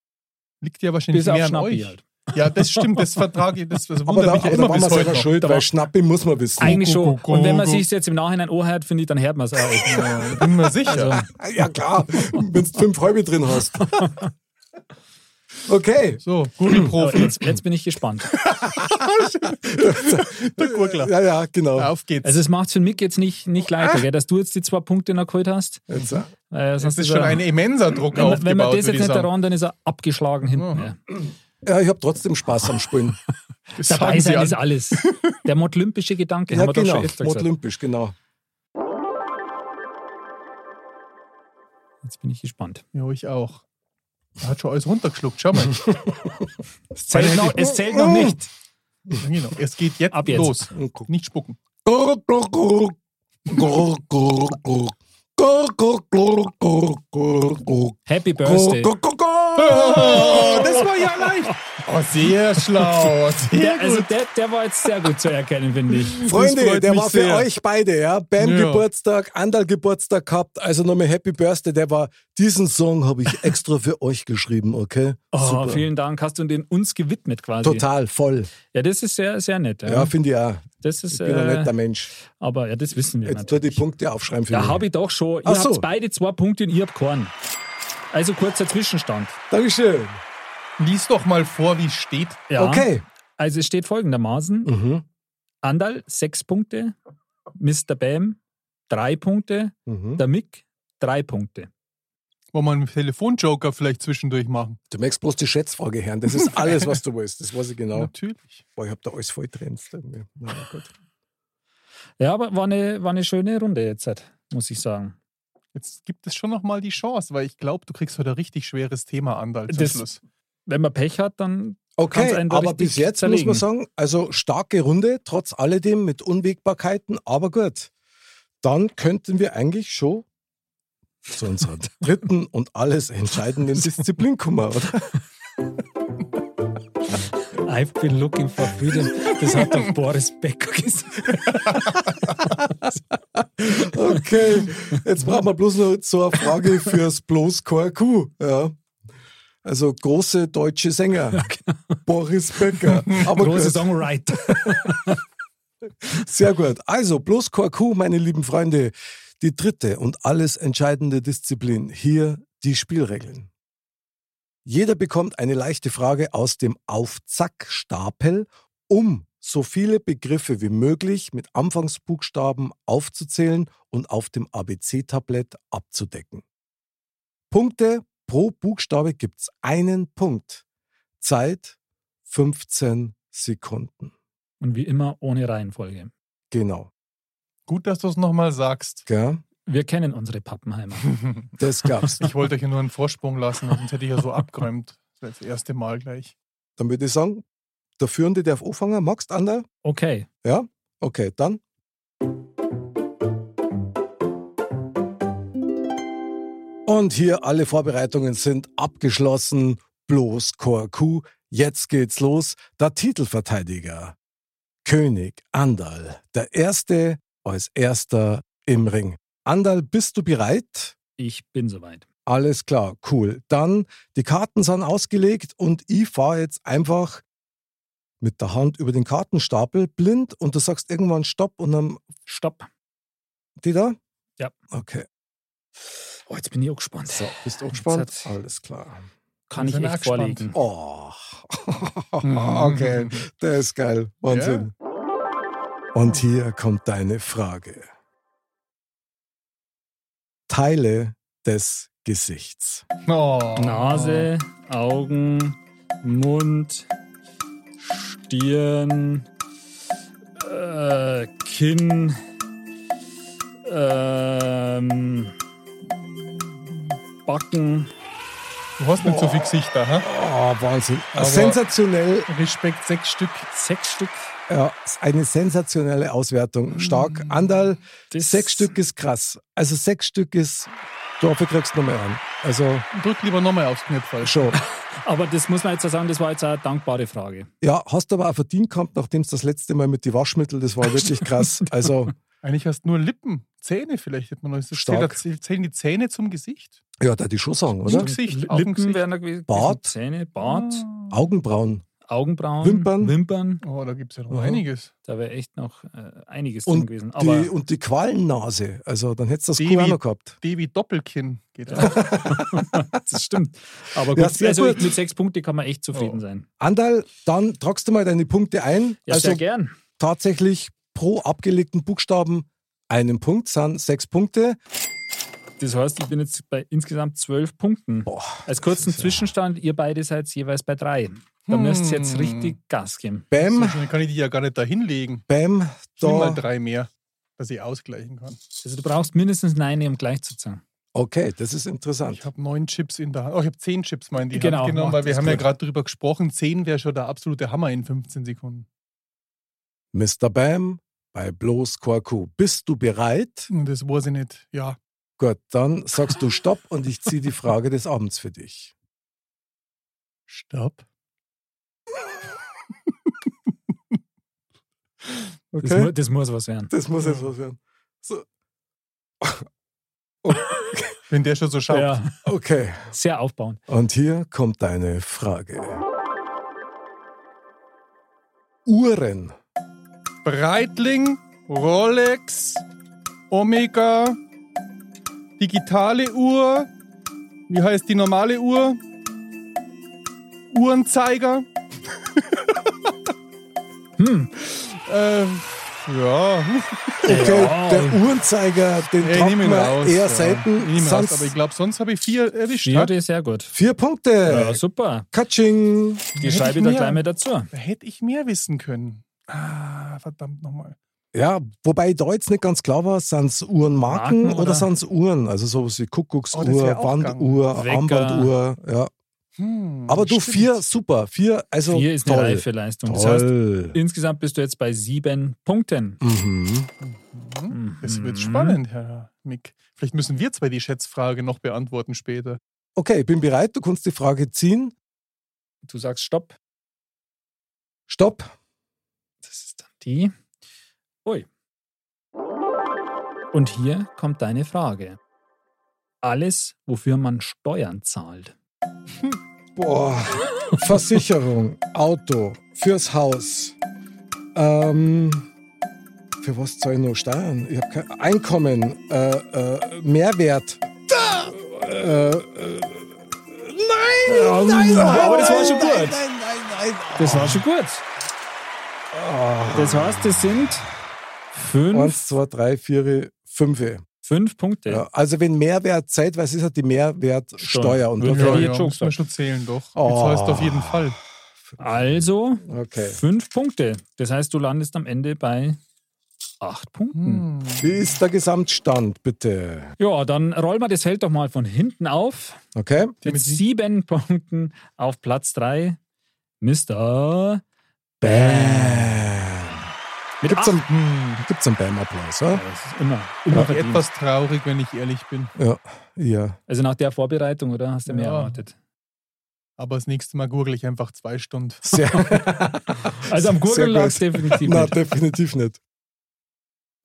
A: Liegt ja wahrscheinlich
C: Bis auf
A: mehr an
C: Schnappi
A: euch.
C: halt.
A: Ja, das stimmt. Das vertrage ich. Das, das
B: Aber
A: wundert
B: da,
A: mich ja
B: aber da
A: immer
B: waren wir
A: bis heute
B: selber
A: noch.
B: schuld, weil Schnappi muss man wissen.
C: Eigentlich schon.
A: Kuckuck,
C: Und wenn man
A: Kuckuck.
C: sich jetzt im Nachhinein anhört, finde ich, dann hört man es auch.
A: Ja, Bin mir sicher.
B: Ja klar, wenn du fünf halbe drin hast. Okay,
A: So, Gurgelprofi.
C: Jetzt, jetzt bin ich gespannt.
A: Der Gurgler.
B: ja, ja, genau.
A: Auf geht's.
C: Also es macht für Mick jetzt nicht, nicht leichter, gell, dass du jetzt die zwei Punkte noch geholt hast.
B: Jetzt, äh,
C: Äh,
A: das
C: sonst
A: ist
C: er-
A: schon ein immenser Druck
C: wenn, man-
A: aufgebaut.
C: wenn man das
A: würde
C: jetzt
A: ich
C: nicht
A: sagen.
C: daran, dann ist er abgeschlagen hinten. Ja.
B: ja, ich habe trotzdem Spaß am Spielen.
A: Das
C: Dabei
A: sagen sie also
C: sein
A: an.
C: ist alles. Der modlympische Gedanke,
B: ja,
C: haben wir doch
B: genau.
C: schon öfter gesagt.
B: Olympisch, genau.
C: Jetzt bin ich gespannt.
A: Ja, ich auch. Er hat schon alles runtergeschluckt. Schau mal. Oh.
C: Es zählt, noch, Genau, es zählt noch
B: Oh.
C: nicht.
A: Genau. Es geht jetzt,
C: Ab jetzt.
A: los. Nicht spucken.
C: Happy Birthday.
A: das war ja leicht. Oh, sehr schlau. Sehr
C: Der, also der, der war jetzt sehr gut zu erkennen, finde ich.
A: Das
B: Freunde,
A: freut
B: der
A: mich
B: war für
A: sehr.
B: euch beide, ja. Bam
A: Ja.
B: Geburtstag, Andal Geburtstag gehabt, also nochmal Happy Birthday. Der war, diesen Song habe ich extra für euch geschrieben, okay?
C: Oh, vielen Dank. Hast du den uns gewidmet quasi?
B: Total, voll.
C: Ja, das ist sehr, sehr nett. Ja.
B: Ja, finde ich auch.
C: das ist,
B: Ich bin ein
C: äh,
B: netter Mensch.
C: aber ja, das wissen wir
B: Jetzt tu
C: natürlich.
B: die Punkte aufschreiben für
C: Da
B: mich.
C: habe ich doch schon.
B: Ach
C: Ihr
B: so.
C: habt beide zwei Punkte und ihr habt keinen. Also kurzer Zwischenstand.
B: Dankeschön.
A: Lies doch mal vor, wie es steht.
C: Ja.
B: Okay.
C: Also es steht folgendermaßen.
B: Mhm.
C: Andal sechs Punkte, Mr. Bam drei Punkte,
B: Mhm.
C: der Mick drei Punkte.
A: Wollen wir einen Telefonjoker vielleicht zwischendurch machen?
B: Du merkst bloß die Schätzfrage, Herrn. Das ist alles, was du willst. Das weiß ich genau.
A: Natürlich.
B: Boah, ich habe da alles voll drin. Naja, gut.
C: Ja, aber war eine, war eine schöne Runde jetzt, halt, muss ich sagen.
A: Jetzt gibt es schon nochmal die Chance, weil ich glaube, du kriegst heute ein richtig schweres Thema an, da zum
C: Das-
A: Schluss.
C: Wenn man Pech hat, dann kann's
B: Okay,
C: einen da
B: aber
C: richtig
B: bis jetzt
C: zerlegen.
B: muss man sagen, also starke Runde, trotz alledem mit Unwägbarkeiten, aber gut. Dann könnten wir eigentlich schon zu unserer dritten und alles entscheidenden Disziplin kommen, oder?
C: I've been looking for freedom. Das hat doch Boris Becker gesagt.
B: Okay, jetzt brauchen wir bloß noch so eine Frage fürs bloß KQ. Ja. Also große deutsche Sänger, Boris Becker. Aber
C: genau. Große
B: gut.
C: Songwriter.
B: Sehr gut. Also, bloß KQ, meine lieben Freunde. Die dritte und alles entscheidende Disziplin. Hier die Spielregeln. Jeder bekommt eine leichte Frage aus dem Aufzack-Stapel, um so viele Begriffe wie möglich mit Anfangsbuchstaben aufzuzählen und auf dem ABC-Tablett abzudecken. Punkte pro Buchstabe gibt's einen Punkt. Zeit 15 Sekunden.
C: Und wie immer ohne Reihenfolge.
B: Genau.
A: Gut, dass du es nochmal sagst.
B: Gell?
C: Wir kennen unsere Pappenheimer.
B: Das gab's.
A: Ich wollte euch ja nur einen Vorsprung lassen, sonst hätte ich ja so abgeräumt. Das war das erste Mal gleich.
B: Dann würde ich sagen, der Führende darf anfangen. Magst Ander?
C: Okay.
B: Ja? Okay, dann. Und hier alle Vorbereitungen sind abgeschlossen. Bloß KQ. Jetzt geht's los. Der Titelverteidiger. König Andal. Der Erste als Erster im Ring. Andal, bist du bereit?
C: Ich bin soweit.
B: Alles klar, cool. Dann, die Karten sind ausgelegt und ich fahre jetzt einfach mit der Hand über den Kartenstapel blind und du sagst irgendwann Stopp und dann,
C: Stopp.
B: die da?
C: Ja.
B: Okay,
C: Oh, jetzt bin ich auch gespannt.
B: so, bist du auch
C: Jetzt
B: gespannt?
C: hat's-
B: Alles klar.
C: Kann ich
A: Sind wir
C: echt
A: gespannt.
C: vorlegen.
B: Oh, okay, das ist geil. Wahnsinn. Und hier kommt deine Frage. Teile des Gesichts.
A: Oh.
C: Nase,
B: Äh.
C: Augen, Mund, Stirn, äh, Kinn, ähm, Backen.
A: Du hast nicht so viel Gesichter,
B: Oh,
A: ha?
B: Wahnsinn.
A: Aber-
B: Sensationell
A: Respekt, sechs Stück.
C: Sechs Stück.
B: Ja, ist eine sensationelle Auswertung. Stark. Andal,
C: Mm. Das-
B: sechs Stück ist krass. Also sechs Stück ist, dafür kriegst du nochmal an. Also
A: Drück lieber nochmal aufs Knöpfchen.
B: schon.
C: Aber das muss man jetzt auch sagen, das war jetzt auch eine dankbare Frage.
B: Ja, hast aber auch verdient gehabt, nachdem es das letzte Mal mit die Waschmittel, das war wirklich krass. Also
A: Eigentlich hast du nur Lippen, Zähne vielleicht. Hätte man noch.
B: Stark.
A: Zählen zählen die Zähne zum Gesicht?
B: ja, da die schon sagen,
A: Zum
B: oder?
A: Gesicht, auf dem
C: Lippen
A: Gesicht.
C: wären da gewesen.
B: Bart.
C: Zähne, Bart,
B: Ah. Augenbrauen.
C: Augenbrauen,
B: Wimpern.
C: Wimpern.
A: Oh, da gibt es ja noch
B: Aha.
A: einiges.
C: Da wäre echt noch äh, einiges drin
B: Und
C: gewesen. Aber
B: die, und die Qualennase. Also dann hättest du das
A: Die
B: gut auch
A: wie-
B: noch gehabt.
A: D wie Doppelkinn geht auch.
C: das stimmt. Aber
B: Ja,
C: gut,
B: sehr
C: also
B: gut.
C: mit sechs Punkten kann man echt zufrieden
A: Oh.
C: sein.
B: Andal, dann tragst du mal deine Punkte ein.
C: Ja,
B: also
C: sehr gern.
B: tatsächlich pro abgelegten Buchstaben einen Punkt, sind sechs Punkte.
C: Das heißt, ich bin jetzt bei insgesamt zwölf Punkten.
B: Boah,
C: Als kurzen Zwischenstand, ihr beide seid jeweils bei drei. Da
A: Hm.
C: müsst ihr jetzt richtig Gas geben.
B: Bam,
A: Dann kann ich die ja gar nicht da hinlegen.
B: bam,
A: Ich nehme mal
B: da.
A: drei mehr, dass ich ausgleichen kann.
C: Also du brauchst mindestens neun, um gleich zu zahlen.
B: Okay, das ist
A: Ich
B: interessant.
A: habe neun Chips in der Hand. Oh, ich habe zehn Chips mal in die
C: Genau,
A: Hand genommen,
C: macht
A: weil wir
C: das
A: haben ja
C: gut.
A: gerade drüber gesprochen. Zehn wäre schon der absolute Hammer in 15 Sekunden.
B: Mr. Bam bei bloß Quarku. Bist du bereit?
A: Und Das weiß ich nicht. Ja.
B: Gut, dann sagst du Stopp und ich ziehe die Frage des Abends für dich.
A: Stopp.
C: Das, mu das muss was werden.
B: Das muss jetzt was werden. So,
A: Wenn der schon so schaut.
C: Ja,
B: okay.
C: sehr aufbauend.
B: Und hier kommt deine Frage. Uhren.
A: Breitling, Rolex, Omega, digitale Uhr. Wie heißt die normale Uhr? Uhrenzeiger.
C: Hm.
A: Ähm, ja.
B: Okay,
C: Ja.
B: der Uhrenzeiger, den
A: Ey,
B: taugt
A: nehmen
B: man
A: wir raus.
B: eher
A: ja. Ich
B: selten.
A: nehm ihn raus,
B: Sonst
A: aber ich glaube, sonst habe ich vier erwischt.
C: Ja,
A: Ja,
C: das ist sehr gut.
B: vier
C: Ja,
B: Punkte.
C: super.
B: Katsching.
C: Die schreibe Äh, ich also da
A: mehr.
C: gleich mal dazu.
A: da hätte ich mehr wissen können. Ah, verdammt nochmal.
B: Ja, wobei da jetzt nicht ganz klar war, sind es Uhrenmarken
C: Marken,
B: oder,
C: oder?
B: sind es Uhren? Also sowas wie
E: Oh, das
B: Kuckucksuhr,
E: wär auch
B: Wanduhr,
C: gegangen.
B: Armbanduhr. Ja.
A: Hm,
B: Aber du, vier, super. Vier, also
C: Hier ist
B: toll.
C: eine reife Leistung. Das heißt,
B: toll.
C: insgesamt bist du jetzt bei sieben Punkten.
B: mhm.
E: Hm? Es wird
C: Mhm.
E: spannend, Herr Mick. Vielleicht müssen wir zwei die Schätzfrage noch beantworten später.
B: Okay, ich bin bereit. Du kannst die Frage ziehen.
C: Du sagst Stopp.
B: Stopp.
C: Das ist dann die. Ui. Und hier kommt deine Frage. Alles, wofür man Steuern zahlt.
B: Boah. Oh. Versicherung, Auto, fürs Haus. Ähm, für was zahle ich noch Steuern? Ich hab kein Einkommen, äh, äh, Mehrwert. Äh, äh, nein, nein, nein,
C: aber das war
B: nein,
C: schon
B: nein,
C: gut.
B: Nein, nein,
C: Das war schon gut. Das heißt, das sind
B: nein. Ah. Eins,
C: fünf,
B: zwei, drei, vier, fünf.
C: fünf Punkte.
B: Ja, also wenn Mehrwert zählt, was ist halt die Mehrwertsteuer? Und
C: Ja,
B: dafür-
C: die Jokes
E: muss man
C: doch.
E: schon zählen, doch.
B: Oh.
E: Oh. Bezahlst du auf jeden Fall.
C: Also
B: Okay.
C: fünf Punkte. Das heißt, du landest am Ende bei acht Punkten.
B: Wie ist der Gesamtstand, bitte?
C: Ja, dann rollen wir das Feld doch mal von hinten auf.
B: Okay.
C: Mit sieben Punkten auf Platz drei. Mr. Mit
B: Gibt's
C: acht.
B: einen, hm, gibt's einen Bam-Applaus,
C: Ja,
B: oder?
C: das ist immer, immer
E: Immer
C: verdient.
E: etwas traurig, wenn ich ehrlich bin.
B: Ja. ja.
C: Also nach der Vorbereitung, oder? Hast du mehr
E: Ja.
C: erwartet?
E: Aber das nächste Mal gurgle ich einfach zwei Stunden.
B: Sehr,
C: Also am
B: Sehr
C: Gurgeln
B: gut.
C: lag es definitiv
B: na,
C: nicht.
B: definitiv nicht.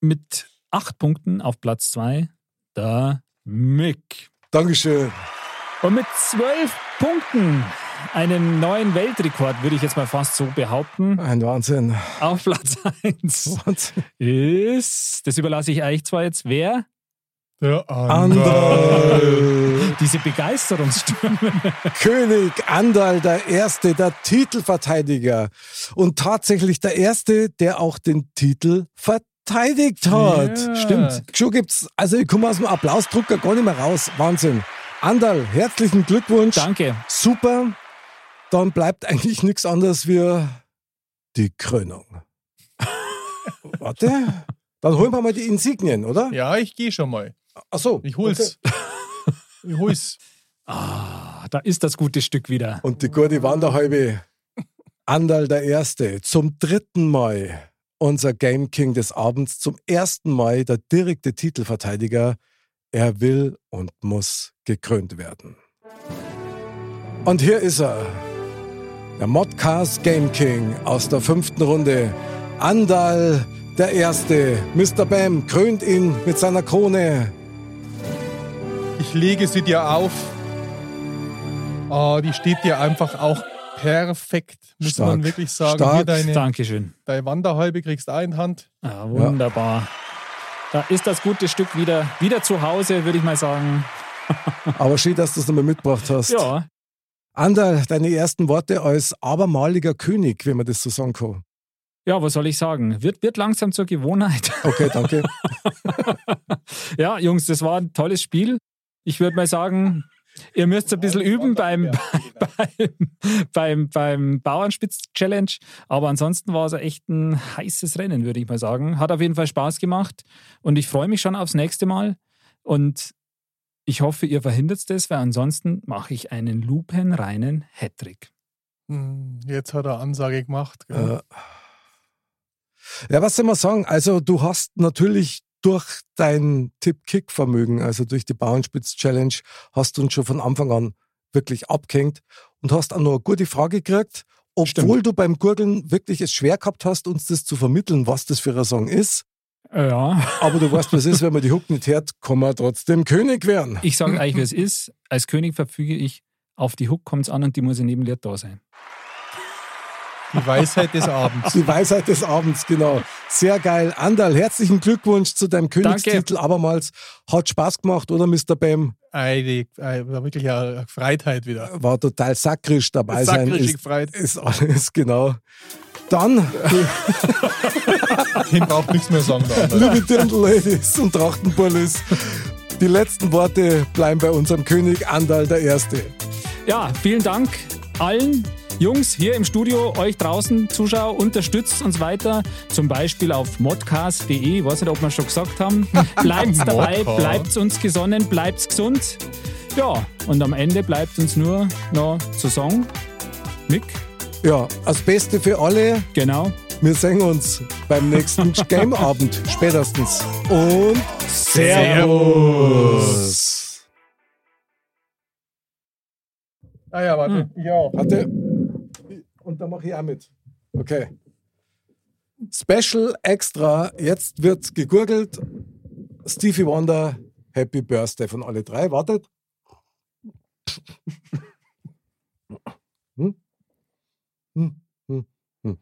C: Mit acht Punkten auf Platz zwei, der Mick.
B: Dankeschön.
C: Und mit zwölf Punkten einen neuen Weltrekord, würde ich jetzt mal fast so behaupten,
B: Ein Wahnsinn.
C: auf Platz eins
B: Wahnsinn.
C: ist, das überlasse ich euch zwar jetzt, wer
E: Der
B: Andal.
C: diese Begeisterungsstürme
B: König Andal, der Erste, der Titelverteidiger. Und tatsächlich der Erste, der auch den Titel verteidigt hat.
E: Ja. Stimmt.
B: Schon gibt's, also ich komme aus dem Applausdrucker gar nicht mehr raus. Wahnsinn. Andal, herzlichen Glückwunsch.
C: Danke.
B: Super. Dann bleibt eigentlich nichts anderes wie die Krönung. Warte. Dann holen wir mal die Insignien, oder?
E: Ja, ich gehe schon mal.
B: Ach so.
E: Ich hol's. Ich hol's.
C: Ah, da ist das gute Stück wieder.
B: Und die gute Wanderhalbe, Andal der Erste, zum dritten Mal unser Game King des Abends, zum ersten Mal der direkte Titelverteidiger. Er will und muss gekrönt werden. Und hier ist er, der Modcast Game King aus der fünften Runde. Andal der Erste, Mr. Bam krönt ihn mit seiner Krone.
E: Ich lege sie dir auf. Ah, die steht dir einfach auch perfekt, muss
B: Stark.
E: man wirklich sagen.
B: Stark.
E: Hier deine,
C: Dankeschön.
E: deine Wanderhalbe kriegst eine Hand.
C: Ah, wunderbar. Da ist das gute Stück wieder, wieder zu Hause, würde ich mal sagen.
B: Aber schön, dass du es nochmal mitgebracht hast.
C: Ja,
B: Andal, deine ersten Worte als abermaliger König, wenn man das so sagen kann.
C: ja, was soll ich sagen? Wird, wird langsam zur Gewohnheit.
B: Okay, danke.
C: Ja, Jungs, das war ein tolles Spiel. Ich würde mal sagen, ihr müsst ein bisschen üben beim, beim, beim, beim Bauernspitz-Challenge. Aber ansonsten war es echt ein heißes Rennen, würde ich mal sagen. Hat auf jeden Fall Spaß gemacht und ich freue mich schon aufs nächste Mal. Und ich hoffe, ihr verhindert das, weil ansonsten mache ich einen lupenreinen Hattrick.
E: Hm, Jetzt hat er Ansage gemacht. gell?
B: Äh, ja, was soll man sagen? Also, du hast natürlich durch dein Tipp-Kick-Vermögen, also durch die Bauernspitz-Challenge, hast du uns schon von Anfang an wirklich abgehängt und hast auch noch eine gute Frage gekriegt, obwohl du beim Gurgeln wirklich es schwer gehabt hast, uns das zu vermitteln, was das für ein Song ist.
C: Äh, Ja,
B: Aber du weißt, was ist, wenn man die Hook nicht hört, kann man trotzdem König werden.
C: ich sage euch, wie es ist. Als König verfüge ich, auf die Hook kommt es an und die muss in jedem Lied da sein.
E: Die Weisheit des Abends.
B: Die Weisheit des Abends, genau. Sehr geil. Andal, herzlichen Glückwunsch zu deinem Königstitel abermals. Hat Spaß gemacht, oder Mr. Bam?
E: Ei, die, ei, war wirklich eine Freiheit wieder.
B: War total sakrisch dabei sein.
E: Sackrischig
B: Ist,
E: Freiheit.
B: ist alles, genau. Dann,
E: Dem braucht nichts mehr sagen. Der andere.
B: liebe Dirndl-Ladies und Trachtenbullis, die letzten Worte bleiben bei unserem König Andal der Erste.
C: Ja, vielen Dank allen. Jungs, hier im Studio, euch draußen, Zuschauer, unterstützt uns weiter. Zum Beispiel auf modcast.de. Ich weiß nicht, ob wir schon gesagt haben. Bleibt dabei,
E: Modcast.
C: bleibt uns gesonnen, bleibt gesund. Ja, und am Ende bleibt uns nur noch zu Song. Mick,
B: Ja, das Beste für alle.
C: genau.
B: Wir sehen uns beim nächsten Gameabend spätestens. Und Servus.
E: Ah ja, warte. Ich auch.
B: Warte. Und da mache ich auch mit. Okay. Special Extra. Jetzt wird gegurgelt. Stevie Wonder, Happy Birthday von alle drei. Wartet. Hm? Hm, hm, hm.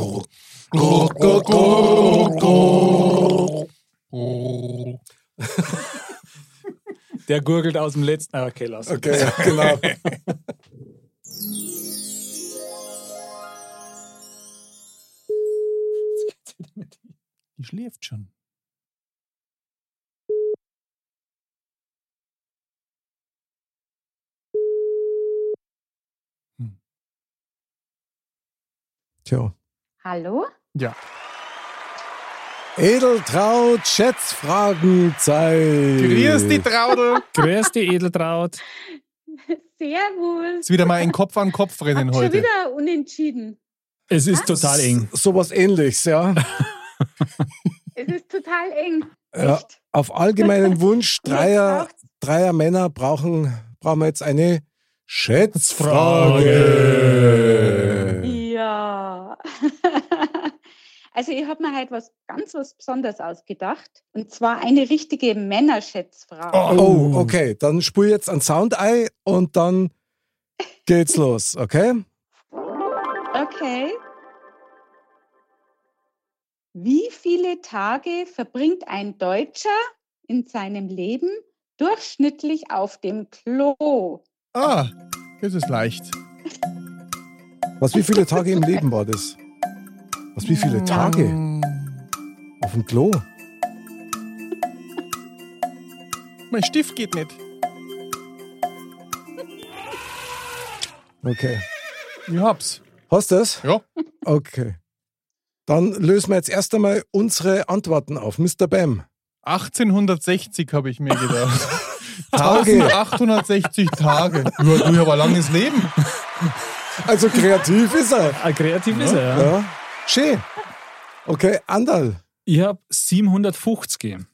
C: Oh. Der gurgelt aus dem letzten. Ah, Okay, lass.
B: Okay, ja, genau.
E: Die schläft schon.
B: Ciao.
F: Hallo?
E: Ja.
B: Edeltraut, Schätzfragenzeit.
E: Grüß die Traudel.
C: Grüß dich, Edeltraut.
F: Servus.
E: Ist wieder mal ein Kopf an Kopf rennen
F: Habt schon
E: heute.
F: wieder unentschieden.
C: Es ist total eng.
B: Sowas ähnliches, ja.
F: Es ist total eng.
B: ja.
F: Echt?
B: Auf allgemeinen Wunsch dreier,
F: braucht's-
B: dreier Männer brauchen, brauchen wir jetzt eine Schätzfrage.
F: Ja. Also ich habe mir halt was ganz was Besonderes ausgedacht. Und zwar eine richtige Männerschätzfrage.
B: Oh, okay. Dann spul jetzt ein Sound ein und dann geht's los, okay?
F: Okay. Wie viele Tage verbringt ein Deutscher in seinem Leben durchschnittlich auf dem Klo?
E: Ah, das ist leicht.
B: Was, wie viele Tage im Leben war das? Was, wie
F: Mm.
B: viele Tage? Auf dem Klo?
E: Mein Stift geht nicht.
B: Okay.
E: Ich hab's.
B: Hast du das?
E: Ja.
B: Okay. Dann lösen wir jetzt erst einmal unsere Antworten auf. Mr. Bam.
E: 1860 habe ich mir gedacht.
B: Tage.
E: 860 Tage. Ja, du hast aber langes Leben.
B: Also kreativ ist er.
C: Ah, kreativ ist er, ja.
B: Ja. Schön. Okay, Andal.
C: Ich habe 750 gegeben.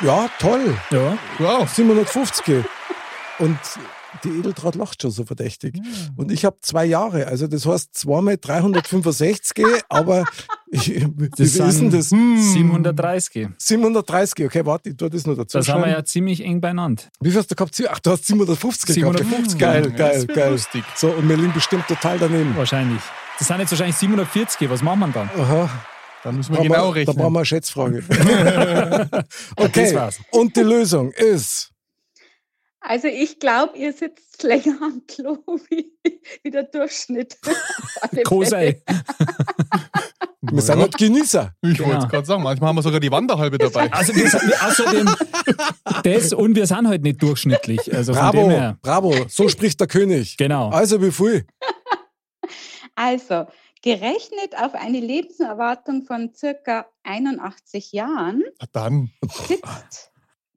B: Ja, toll.
C: Ja.
E: Wow.
B: 750. Und die Edeltraut lacht schon so verdächtig. Und ich habe zwei Jahre. Also das heißt zweimal 365, aber ich, wie viel ist denn das?
C: Hm. 730.
B: 730. Okay, warte, ich tue das nur dazu.
C: Das haben wir
B: schreiben.
C: ja ziemlich eng beieinander.
B: Wie viel hast du gehabt? Sie- Ach, du hast 750 gehabt.
C: 750,
B: Geil,
E: ja,
B: geil,
E: das wird
B: geil.
E: lustig.
B: So, und wir liegen bestimmt total daneben.
C: Wahrscheinlich. Das sind jetzt wahrscheinlich 740. Was machen wir dann?
B: Aha.
E: Dann müssen wir
B: Brauchen wir-
E: genau
B: Da brauchen
E: rechnen.
B: wir eine Schätzfrage.
C: Das
B: Okay,
C: war's.
B: und die Lösung ist...
F: Also ich glaube, ihr sitzt länger am Klo wie, wie der Durchschnitt. Auf alle Fälle.
C: Kosei.
B: Wir sind halt Genießer.
E: Ich wollte
C: Genau.
E: es gerade sagen, manchmal haben wir sogar die Wanderhalbe dabei.
C: Also wir sind, außerdem das und wir sind halt nicht durchschnittlich. Also von dem
B: Bravo,
C: her.
B: bravo, so spricht der König.
C: Genau.
B: Also wie viel?
F: Also, gerechnet auf eine Lebenserwartung von circa 81 Jahren
E: Dann.
F: sitzt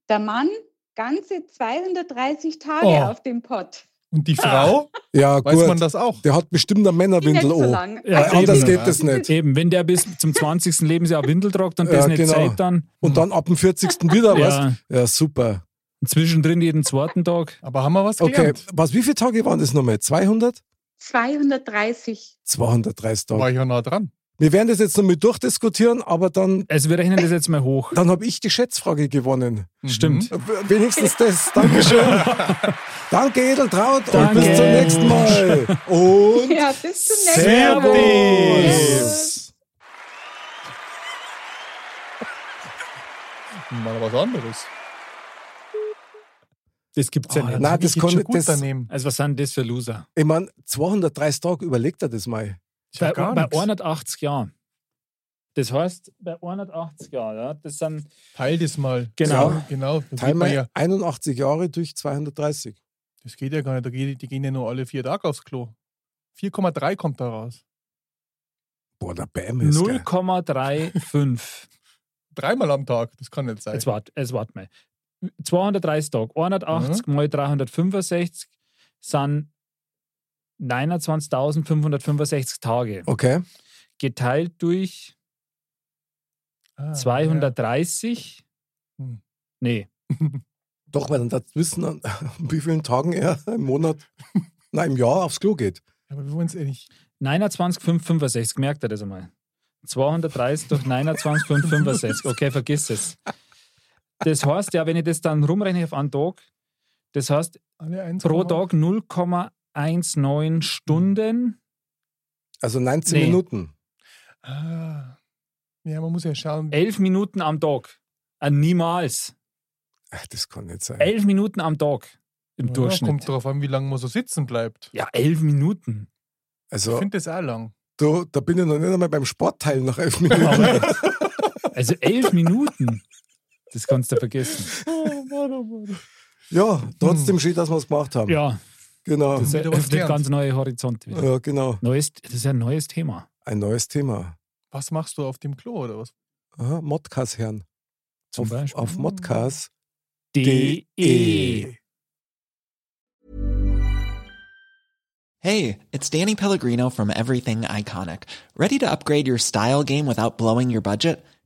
F: der Mann ganze 230 Tage
E: Oh.
F: auf dem Pott.
E: Und die Frau?
B: Ja,
E: Weiß
B: gut.
E: man das auch?
B: Der hat bestimmt eine
F: Die Nicht
B: Männerwindel
F: so
B: an.
F: lang. Äh,
C: Ja,
B: Weil anders
C: eben.
B: geht das nicht.
C: Eben, wenn der bis zum 20. Lebensjahr Windel tragt und das
B: Ja,
C: nicht
B: genau.
C: zeigt, dann
B: Und dann ab dem 40. wieder was?
C: Ja.
B: Ja, super.
C: zwischendrin jeden zweiten Tag.
E: Aber haben wir was
B: Okay,
E: gelernt?
B: was, wie viele Tage waren das nochmal? 200?
F: 230.
B: 230
E: War
B: Tage.
E: ich ja nah dran.
B: Wir werden das jetzt nochmal durchdiskutieren, aber dann,
C: Also wir rechnen das jetzt mal hoch.
B: dann habe ich die Schätzfrage gewonnen.
C: Mhm. Stimmt.
B: Wenigstens das. Dankeschön. Danke, Edeltraut.
C: Danke.
B: Und bis zum nächsten Mal. Oh, Und
F: Ja, bis zum nächsten Mal.
B: Servus.
E: Mal was anderes.
C: Das gibt's ja nicht.
B: Nein,
G: hab ich
B: das
G: jetzt
B: konnte-
G: Ah, schon gut
B: das-
G: daneben.
C: Also was sind das für Loser?
B: Ich meine, 230 Tage überlegt er das mal.
G: Ich
C: Bei,
G: hab gar
C: bei
G: nix.
C: 180 Jahren. Das heißt, bei 180 Jahren, ja, das sind
G: Teil das mal.
C: Genau.
G: So, genau. Das,
B: Teil
G: sieht man ja,
B: mal 81 Jahre durch 230.
G: das geht ja gar nicht. Da geht, die gehen ja nur alle vier Tage aufs Klo. 4,3 kommt da raus.
B: Boah, der Bam ist gell?
C: 0,35.
G: Dreimal am Tag. Das kann nicht sein.
C: Jetzt wart, jetzt wart mal. 230 Tage, 180
G: Mhm.
C: mal 365 sind 29.565 Tage.
G: Oh.
B: Okay.
C: Geteilt durch
G: Ah,
C: 230.
G: Hm.
C: Nee,
B: Doch, weil dann das wissen, an wie vielen Tagen er im Monat, nein, im Jahr aufs Klo geht.
G: Ja. Aber wir wollen es eh nicht.
C: 29, 565. Merkt ihr das einmal? 230 durch 29, 565. Okay, vergiss es. Das heißt ja, wenn ich das dann rumrechne auf einen Tag, das heißt
G: Alle eins
C: pro Tag 0,19 Stunden.
B: Also 19
C: Nee.
B: Minuten.
G: Ah. Ja, man muss ja schauen.
C: elf Minuten am Tag. Ah, niemals.
B: Ach, das kann nicht sein.
C: Elf Minuten am Tag im
G: Ja, Kommt
C: Durchschnitt.
G: drauf an, wie lange man so sitzen bleibt.
C: Ja, elf Minuten.
G: Ich
B: Also,
G: finde das auch lang.
B: du, da bin ich noch nicht einmal beim Sportteil nach 11 Minuten.
C: Aber, also elf Minuten. Das kannst du vergessen.
B: ja, trotzdem schön, dass wir es gemacht haben.
C: Genau. Hm. Ja,
B: Genau.
C: das
G: Wieder was
C: öffnet
G: gelernt.
C: ganz neue Horizonte wieder.
B: Ja, genau.
C: Neues, das ist ja ein neues Thema.
B: Ein neues Thema.
G: Was machst du auf dem Klo oder was?
B: Aha, Modcast hören.
C: Zum
B: auf,
C: Beispiel.
B: Auf Modcast.
C: E.
B: E.
C: DE.
A: Hey, it's Danny Pellegrino from Everything Iconic. Ready to upgrade your style game without blowing your budget?